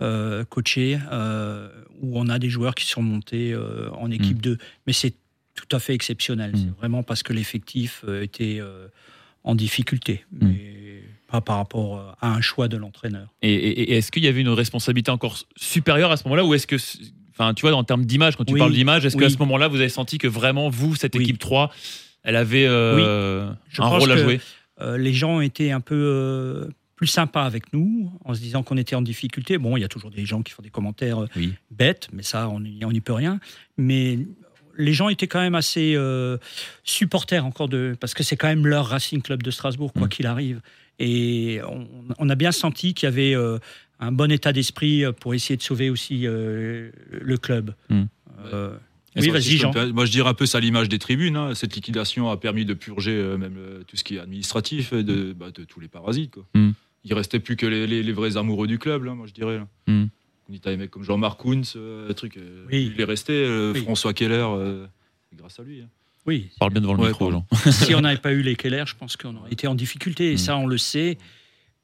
Speaker 4: euh, coaché euh, où on a des joueurs qui sont montés euh, en équipe 2 mais c'est tout à fait exceptionnel
Speaker 5: Mm.
Speaker 4: c'est vraiment parce que l'effectif euh, était euh, en difficulté
Speaker 5: Mm.
Speaker 4: mais pas par rapport euh, à un choix de l'entraîneur
Speaker 5: Et, et- et est-ce qu'il y avait une responsabilité encore supérieure à ce moment-là, ou est-ce que, c- enfin, tu vois, en termes d'image, quand tu
Speaker 4: Oui,
Speaker 5: parles d'image, est-ce qu'à
Speaker 4: oui.
Speaker 5: ce moment-là, vous avez senti que vraiment vous, cette
Speaker 4: Oui.
Speaker 5: équipe 3 elle avait euh,
Speaker 4: Je
Speaker 5: un
Speaker 4: pense
Speaker 5: rôle à
Speaker 4: que-
Speaker 5: jouer
Speaker 4: Euh, les gens étaient un peu euh, plus sympas avec nous, en se disant qu'on était en difficulté. Bon, il y a toujours des gens qui font des commentaires euh,
Speaker 5: Oui.
Speaker 4: bêtes, mais ça, on n'y on n'y peut rien. Mais les gens étaient quand même assez euh, supporters encore de... Parce que c'est quand même leur Racing Club de Strasbourg, quoi
Speaker 5: Mm.
Speaker 4: qu'il arrive. Et on, on a bien senti qu'il y avait euh, un bon état d'esprit pour essayer de sauver aussi euh, le euh, club.
Speaker 5: Mm.
Speaker 4: Euh, Oui,
Speaker 6: Est-ce que
Speaker 4: vas-y,
Speaker 6: si je peux
Speaker 4: Jean.
Speaker 6: me permettre, Moi, je dirais un peu ça à l'image des tribunes. hein. Cette liquidation a permis de purger euh, même euh, tout ce qui est administratif
Speaker 4: Mm.
Speaker 6: et de, bah, de tous les parasites. Quoi.
Speaker 5: Mm.
Speaker 6: Il restait plus que les, les- les vrais amoureux du club, là, moi, je dirais. là.
Speaker 5: Mm.
Speaker 6: On dit, t'as des mecs comme Jean-Marc Kuntz, euh, truc. euh,
Speaker 4: Oui.
Speaker 6: Il est resté. euh,
Speaker 4: Oui.
Speaker 6: François Keller, euh, grâce à lui. hein.
Speaker 4: Oui,
Speaker 5: Parle bien devant le
Speaker 6: Ouais,
Speaker 5: micro,
Speaker 6: pardon.
Speaker 5: Jean.
Speaker 4: si on n'avait pas eu les Keller, je pense qu'on aurait été en difficulté. Et
Speaker 5: Mm.
Speaker 4: ça, on le sait.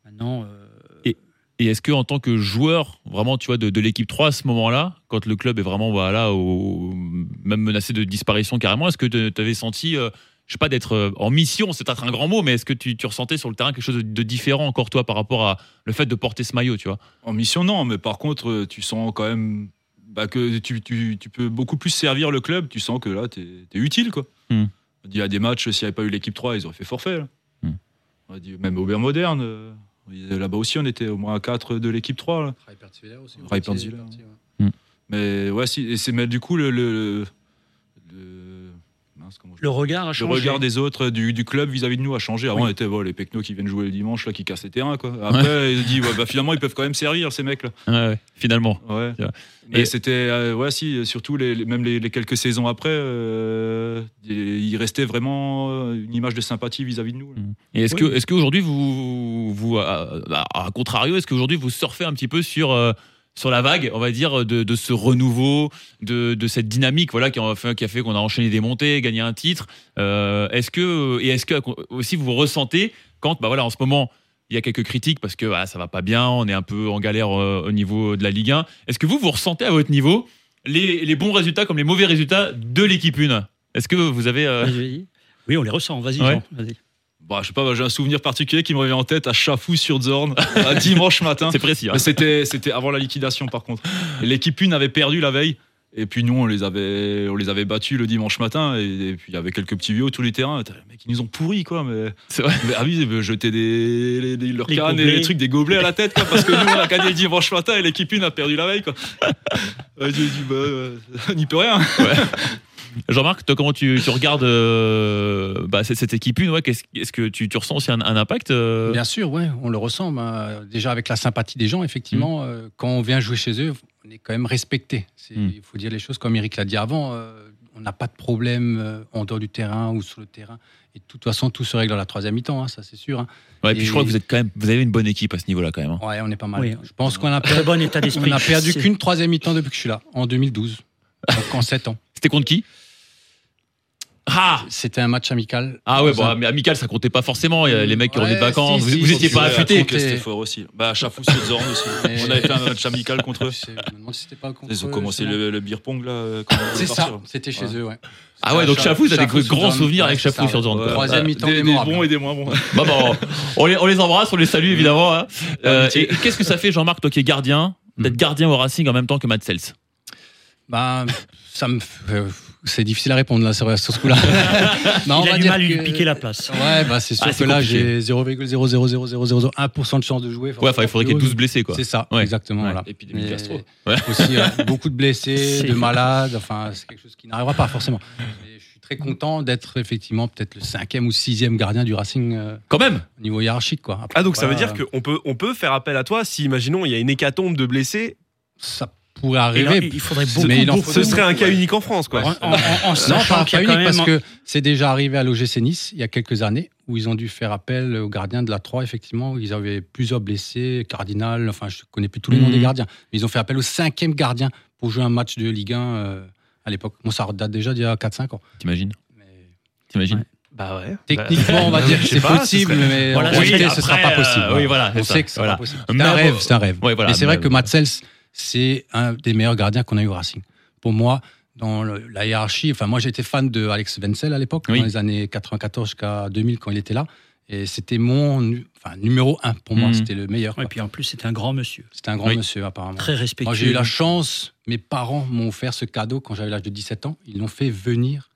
Speaker 4: Maintenant, euh,
Speaker 5: Et est-ce que en tant que joueur, vraiment, tu vois, de, de l'équipe 3 à ce moment-là, quand le club est vraiment bah, là, au, même menacé de disparition carrément, est-ce que tu avais senti, euh, je sais pas, d'être euh, en mission, c'est peut-être un grand mot, mais est-ce que tu, tu ressentais sur le terrain quelque chose de, de différent encore toi par rapport à le fait de porter ce maillot, tu vois
Speaker 6: En mission, non, mais par contre, euh, tu sens quand même bah, que tu, tu- tu peux beaucoup plus servir le club. Tu sens que là, tu es, utile. Quoi.
Speaker 5: Hmm.
Speaker 6: On dit, il y a des matchs, s'il n'y avait pas eu l'équipe 3, ils auraient fait forfait. là.
Speaker 5: Hmm.
Speaker 6: On a dit, même au Bern Moderne, euh, là-bas aussi, on était au moins à 4 de l'équipe 3. là.
Speaker 7: Ray Pertzwiller aussi.
Speaker 6: Ray Pertzwiller, Mais ouais, si, et c'est- mais du coup, le. le, le- mince, comment je-
Speaker 4: le regard a
Speaker 6: le
Speaker 4: changé.
Speaker 6: regard des autres euh, du, du club vis-à-vis de nous a changé. Avant, on était bon, les Pecnos qui viennent jouer le dimanche, là, qui cassent les terrains. Quoi. Après, ils se disent, ouais, bah, finalement, ils peuvent quand même servir, ces mecs-là.
Speaker 5: Finalement.
Speaker 6: Ouais.
Speaker 5: C'est vrai.
Speaker 6: Mais
Speaker 5: Et-
Speaker 6: c'était, euh, ouais, si, surtout les, les- même les, les quelques saisons après, euh, il restait vraiment euh, une image de sympathie vis-à-vis de nous. là.
Speaker 5: Et est-ce
Speaker 4: Oui.
Speaker 5: que, est-ce qu'aujourd'hui vous, vous, à, à- à contrario, est-ce qu'aujourd'hui vous surfez un petit peu sur euh, sur la vague, on va dire, de, de ce renouveau, de, de cette dynamique, voilà, qui a fait, qui a fait qu'on a enchaîné des montées, gagné un titre. Euh, est-ce que et est-ce que aussi vous ressentez quand, bah voilà, en ce moment. Il y a quelques critiques parce que voilà, ça va pas bien, on est un peu en galère euh, au niveau de la Ligue 1. Est-ce que vous, vous ressentez à votre niveau les, les bons résultats comme les mauvais résultats de l'équipe 1 Est-ce que vous avez. euh,
Speaker 4: Vas-y. Oui, on les ressent. Vas-y,
Speaker 5: Ouais.
Speaker 4: Jean. Vas-y.
Speaker 6: Bah, je sais pas, bah, j'ai un souvenir particulier qui me revient en tête à Chafou sur Zorn, à dimanche matin.
Speaker 5: C'est précis. hein.
Speaker 6: Mais Bah, C'était, c'était avant la liquidation, par contre. Et L'équipe une avait perdu la veille. Et puis nous, on les avait, on les avait battus le dimanche matin. Et, et puis il y avait quelques petits vieux tous les terrains. Putain, Les mecs, ils nous ont pourris, quoi. Mais,
Speaker 5: C'est vrai.
Speaker 6: mais ah oui, ils jetaient des, les, les- leurs
Speaker 4: Les
Speaker 6: cannes et
Speaker 4: gobelets.
Speaker 6: les trucs, des gobelets à la tête, quoi. Parce que nous, on a gagné le dimanche matin et l'équipe une a perdu la veille, quoi. Euh, J'ai dit, bah, euh, on n'y peut rien.
Speaker 5: Jean-Marc, toi, comment tu, tu regardes euh, bah, cette, cette équipe une ouais, qu'est-ce- Est-ce que tu, tu ressens aussi un, un impact euh,
Speaker 7: Bien sûr, ouais, on le ressent. bah, déjà avec la sympathie des gens, effectivement,
Speaker 6: Hmm.
Speaker 7: euh, quand on vient jouer chez eux, on est quand même respecté. C'est-
Speaker 6: Hmm.
Speaker 5: Mm.
Speaker 7: Il faut dire les choses comme Eric l'a dit avant. euh, on n'a pas de problème euh, en dehors du terrain ou sur le terrain. Et de toute façon, tout se règle dans la troisième mi-temps, hein, ça c'est sûr. hein.
Speaker 5: Ouais, puis je crois
Speaker 7: et-
Speaker 5: que vous êtes quand même, vous avez une bonne équipe à ce niveau-là quand même. hein.
Speaker 7: Ouais, on est pas mal.
Speaker 4: Oui.
Speaker 7: Je pense qu'on a,
Speaker 4: Très bon état
Speaker 7: on
Speaker 4: d'esprit.
Speaker 7: a perdu
Speaker 4: C'est-
Speaker 7: qu'une troisième mi-temps depuis que je suis là, en 2012. Donc en 7 ans.
Speaker 5: C'était contre qui Ah
Speaker 7: C'était un match amical.
Speaker 5: ah ouais,
Speaker 7: Dans un-
Speaker 5: bon, mais amical, ça comptait pas forcément. Il y a les mecs qui revenaient de
Speaker 7: Ouais,
Speaker 5: vacances,
Speaker 7: si,
Speaker 5: vous-
Speaker 7: si,
Speaker 5: vous
Speaker 7: si,
Speaker 5: étiez
Speaker 7: si,
Speaker 5: pas
Speaker 7: ouais,
Speaker 5: affûté.
Speaker 7: attends.
Speaker 6: C'était fort aussi. Bah, Chafou sur Zorn aussi.
Speaker 7: Et-
Speaker 6: On avait fait un match amical contre eux.
Speaker 7: Je me demande si c'était pas contre
Speaker 6: Ils ont
Speaker 7: eux,
Speaker 6: commencé
Speaker 7: justement.
Speaker 6: le, le beer pong, là. euh, quand on est
Speaker 7: C'est
Speaker 6: parti,
Speaker 7: ça,
Speaker 6: là.
Speaker 7: c'était chez
Speaker 6: Ouais.
Speaker 7: eux, ouais.
Speaker 5: Ah ouais, donc
Speaker 7: Chafou-
Speaker 5: Chafou, vous avez
Speaker 7: Chafou
Speaker 5: des
Speaker 7: sur
Speaker 5: grands
Speaker 7: Zorn,
Speaker 5: souvenirs
Speaker 7: ouais,
Speaker 5: avec
Speaker 7: c'est
Speaker 5: Chafou
Speaker 7: ça,
Speaker 5: sur
Speaker 7: ouais.
Speaker 5: Zorn. quoi.
Speaker 7: Troisième
Speaker 5: Ouais.
Speaker 7: mi-temps
Speaker 6: bah, Des, des
Speaker 7: mémorable.
Speaker 6: bons et des moins bons.
Speaker 5: Bah, bon, on, les, on les embrasse, on les salue évidemment. hein. Euh, et et qu'est-ce que ça fait, Jean-Marc, toi qui es gardien,
Speaker 7: Hmm.
Speaker 5: d'être gardien au Racing en même temps que Matt Sels
Speaker 7: Bah, ça me. euh, c'est difficile à répondre là sur, sur ce coup-là. Non, on
Speaker 4: Il
Speaker 7: va
Speaker 4: a du
Speaker 7: dire
Speaker 4: mal à lui
Speaker 7: que-
Speaker 4: piquer la place.
Speaker 7: Ouais, bah c'est sûr
Speaker 5: Ah,
Speaker 7: que
Speaker 5: c'est
Speaker 7: là
Speaker 5: compliqué.
Speaker 7: j'ai 0,00001% de chance de jouer.
Speaker 5: Ouais, enfin, il faudrait qu'il y ait
Speaker 7: Plus
Speaker 5: 12 blessés quoi.
Speaker 7: C'est ça,
Speaker 5: Ouais.
Speaker 7: exactement.
Speaker 5: Ouais.
Speaker 7: Voilà.
Speaker 6: Épidémie de
Speaker 7: Mais
Speaker 6: gastro.
Speaker 5: Ouais.
Speaker 7: Aussi euh, beaucoup de blessés,
Speaker 4: C'est-
Speaker 7: de malades. Enfin, c'est quelque chose qui n'arrivera pas forcément. Mais je suis très content d'être effectivement peut-être le cinquième ou sixième gardien du Racing euh,
Speaker 5: Quand même
Speaker 7: au niveau hiérarchique, quoi. Après,
Speaker 3: Ah, donc ça veut
Speaker 7: voilà,
Speaker 3: dire qu'on peut, on peut faire appel à toi si, imaginons, il y a une hécatombe de blessés.
Speaker 7: ça pourrait
Speaker 4: Et là,
Speaker 7: arriver.
Speaker 4: il faudrait
Speaker 7: Mais
Speaker 4: beaucoup,
Speaker 7: il en
Speaker 4: beaucoup,
Speaker 7: faut
Speaker 3: Ce serait un cas
Speaker 7: Ouais.
Speaker 3: unique en France, quoi.
Speaker 7: En, en- en- en
Speaker 4: sachant
Speaker 7: sachant
Speaker 4: qu'il y a
Speaker 7: pas
Speaker 4: quand
Speaker 7: unique, parce
Speaker 4: même
Speaker 7: que c'est déjà arrivé à l'OGC Nice il y a quelques années où ils ont dû faire appel aux gardiens de la 3, effectivement, où ils avaient plusieurs blessés, Cardinal, enfin je connais plus tous les noms
Speaker 5: Mhm.
Speaker 7: des gardiens, mais ils ont fait appel au cinquième gardien pour jouer un match de Ligue 1 euh, à l'époque. Moi ça date déjà d'il y a 4-5 ans.
Speaker 5: T'imagines
Speaker 7: Mais
Speaker 5: T'imagines
Speaker 4: Ouais.
Speaker 3: Bah ouais.
Speaker 7: Techniquement, on va dire que c'est possible, mais
Speaker 4: Voilà,
Speaker 7: en
Speaker 4: oui,
Speaker 7: réalité,
Speaker 5: après,
Speaker 7: ce sera pas possible.
Speaker 5: euh, oui, voilà,
Speaker 7: on
Speaker 5: c'est ça,
Speaker 7: sait que c'est
Speaker 5: voilà.
Speaker 7: pas possible.
Speaker 5: Mais
Speaker 7: C'est un
Speaker 5: bon-
Speaker 7: rêve, c'est un rêve.
Speaker 5: Ouais, voilà,
Speaker 7: Mais c'est vrai
Speaker 5: mais-
Speaker 7: que Matsels, c'est un des meilleurs gardiens qu'on a eu au Racing. Pour moi, dans le- la hiérarchie, enfin, moi j'étais fan de Alex Wenzel à l'époque,
Speaker 5: Oui.
Speaker 7: dans les années 94 jusqu'à 2000 quand il était là. Et c'était mon nu- enfin, numéro un pour moi,
Speaker 5: Mhm.
Speaker 7: c'était le meilleur. quoi.
Speaker 4: Et puis en plus, c'était un grand monsieur.
Speaker 7: C'était un grand
Speaker 5: Oui.
Speaker 7: monsieur apparemment.
Speaker 4: Très respectueux.
Speaker 7: Moi j'ai eu la chance, mes parents m'ont offert ce cadeau quand j'avais l'âge de 17 ans. Ils l'ont fait venir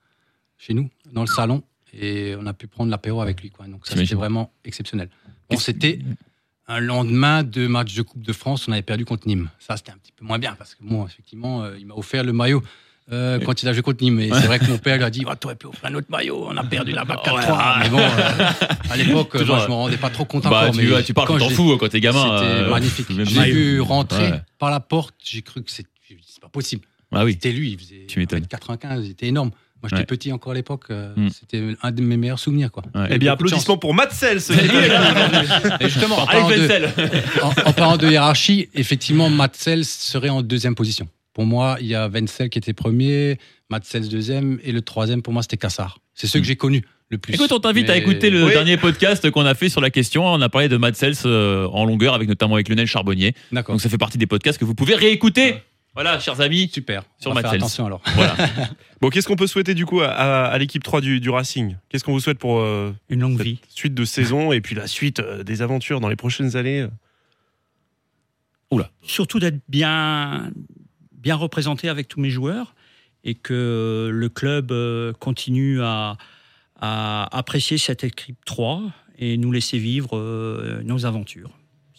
Speaker 7: chez nous, dans le salon, et on a pu prendre l'apéro avec lui. Quoi. Donc ça
Speaker 5: T'imagines.
Speaker 7: c'était vraiment exceptionnel. Bon,
Speaker 5: Qu'est-ce-
Speaker 7: c'était un lendemain de match de Coupe de France, on avait perdu contre Nîmes. Ça, c'était un petit peu moins bien parce que, bon, effectivement, euh, il m'a offert le maillot euh, quand il a joué contre Nîmes. Et c'est vrai que mon père lui a dit oh, T'aurais pu offrir un autre maillot, on a perdu la bas 4-3. Mais bon, euh, à l'époque, euh,
Speaker 5: Toujours,
Speaker 7: moi, je ne me rendais pas trop compte
Speaker 5: Bah,
Speaker 7: encore.
Speaker 5: tu,
Speaker 7: mais
Speaker 5: ouais, tu parles,
Speaker 7: quand
Speaker 5: tu t'en
Speaker 7: j'ai-
Speaker 5: fous quand t'es gamin.
Speaker 7: C'était
Speaker 5: euh,
Speaker 7: magnifique.
Speaker 5: même
Speaker 7: J'ai
Speaker 5: maillot.
Speaker 7: vu rentrer
Speaker 5: Ouais.
Speaker 7: par la porte, j'ai cru que c'est j'ai dit, c'est pas possible.
Speaker 5: Ah oui.
Speaker 7: C'était lui, il faisait
Speaker 5: Tu m'étonnes.
Speaker 7: 95, il était énorme. Moi, j'étais
Speaker 5: Ouais.
Speaker 7: petit encore à l'époque, euh,
Speaker 5: Mm.
Speaker 7: c'était un de mes meilleurs souvenirs. Quoi.
Speaker 5: Ouais.
Speaker 3: Eh bien, applaudissements pour Matzel, ce qui est là aujourd'hui.
Speaker 7: Et justement, en
Speaker 5: Avec
Speaker 7: parlant, de,
Speaker 5: Vettel.
Speaker 7: en, en parlant de hiérarchie, effectivement, Matsels serait en deuxième position. Pour moi, il y a Wenzel qui était premier, Matsels deuxième, et le troisième, pour moi, c'était Kassar. C'est ceux
Speaker 5: Mm.
Speaker 7: que j'ai connus le plus.
Speaker 5: Écoute, on t'invite à
Speaker 7: Mais-
Speaker 5: écouter le
Speaker 3: Oui.
Speaker 5: dernier podcast qu'on a fait sur la question. On a parlé de Matt Sells, euh, en longueur, avec notamment avec Lionel Charbonnier.
Speaker 7: D'accord.
Speaker 5: Donc ça fait partie des podcasts que vous pouvez réécouter. Voilà, chers amis.
Speaker 7: Super.
Speaker 5: Sur
Speaker 7: On va faire
Speaker 5: Matsels.
Speaker 7: Attention alors.
Speaker 5: Voilà.
Speaker 3: Bon, qu'est-ce qu'on peut souhaiter du coup à, à- à l'équipe 3 du, du Racing Qu'est-ce qu'on vous souhaite pour euh,
Speaker 4: Une longue
Speaker 3: cette
Speaker 4: vie.
Speaker 3: suite de saison et puis la suite euh, des aventures dans les prochaines années
Speaker 4: Surtout d'être bien, bien représenté avec tous mes joueurs et que le club euh, continue à, à apprécier cette équipe 3 et nous laisser vivre euh, nos aventures.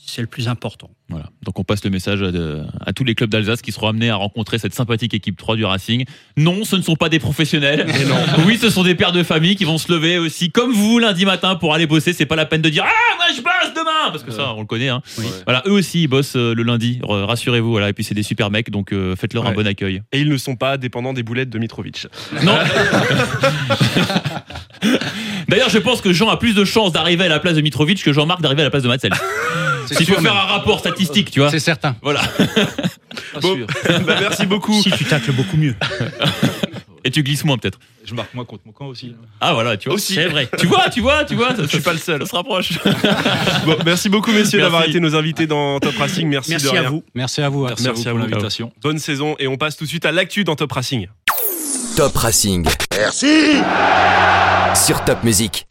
Speaker 4: C'est le plus important.
Speaker 5: Voilà. Donc on passe le message à, de- à tous les clubs d'Alsace qui seront amenés à rencontrer cette sympathique équipe 3 du Racing. Non, ce ne sont pas des professionnels. Oui, ce sont des pères de famille qui vont se lever aussi comme vous lundi matin pour aller bosser. C'est pas la peine de dire ah moi je bosse demain parce que ça on le connaît. hein.
Speaker 7: Oui.
Speaker 5: Voilà, eux aussi ils bossent euh, le lundi. R- Rassurez-vous. Voilà. Et puis c'est des super mecs donc euh, faites-leur un
Speaker 3: Ouais.
Speaker 5: bon accueil.
Speaker 3: Et ils ne sont pas dépendants des boulettes de Mitrovic.
Speaker 5: Non. D'ailleurs, je pense que Jean a plus de chances d'arriver à la place de Mitrovic que Jean-Marc d'arriver à la place de Matzel.
Speaker 7: C'est
Speaker 5: Si tu
Speaker 7: sûr
Speaker 5: veux
Speaker 7: même.
Speaker 5: faire un rapport statistique, tu vois.
Speaker 7: C'est certain.
Speaker 5: Voilà.
Speaker 6: Pas
Speaker 3: Bon.
Speaker 6: sûr.
Speaker 3: Bah, merci beaucoup.
Speaker 4: Si tu tacles beaucoup mieux.
Speaker 3: Ah,
Speaker 5: Et tu glisses moins peut-être.
Speaker 6: Je marque moi contre mon camp aussi.
Speaker 5: Ah voilà, tu vois.
Speaker 3: Aussi.
Speaker 5: C'est vrai. Tu vois, tu vois, tu vois. Je suis
Speaker 3: pas le seul.
Speaker 5: Ça se rapproche.
Speaker 3: Bon, merci beaucoup, messieurs,
Speaker 5: Merci.
Speaker 3: d'avoir été nos invités dans Top Racing. Merci, de
Speaker 4: Merci à
Speaker 3: rien.
Speaker 4: vous.
Speaker 7: Merci à vous.
Speaker 6: Merci,
Speaker 3: Merci
Speaker 6: à
Speaker 3: à
Speaker 6: vous
Speaker 3: vous.
Speaker 6: pour l'invitation.
Speaker 3: Bonne saison et on passe tout de suite à l'actu dans Top Racing.
Speaker 1: Top Racing. Merci. Sur Top Music.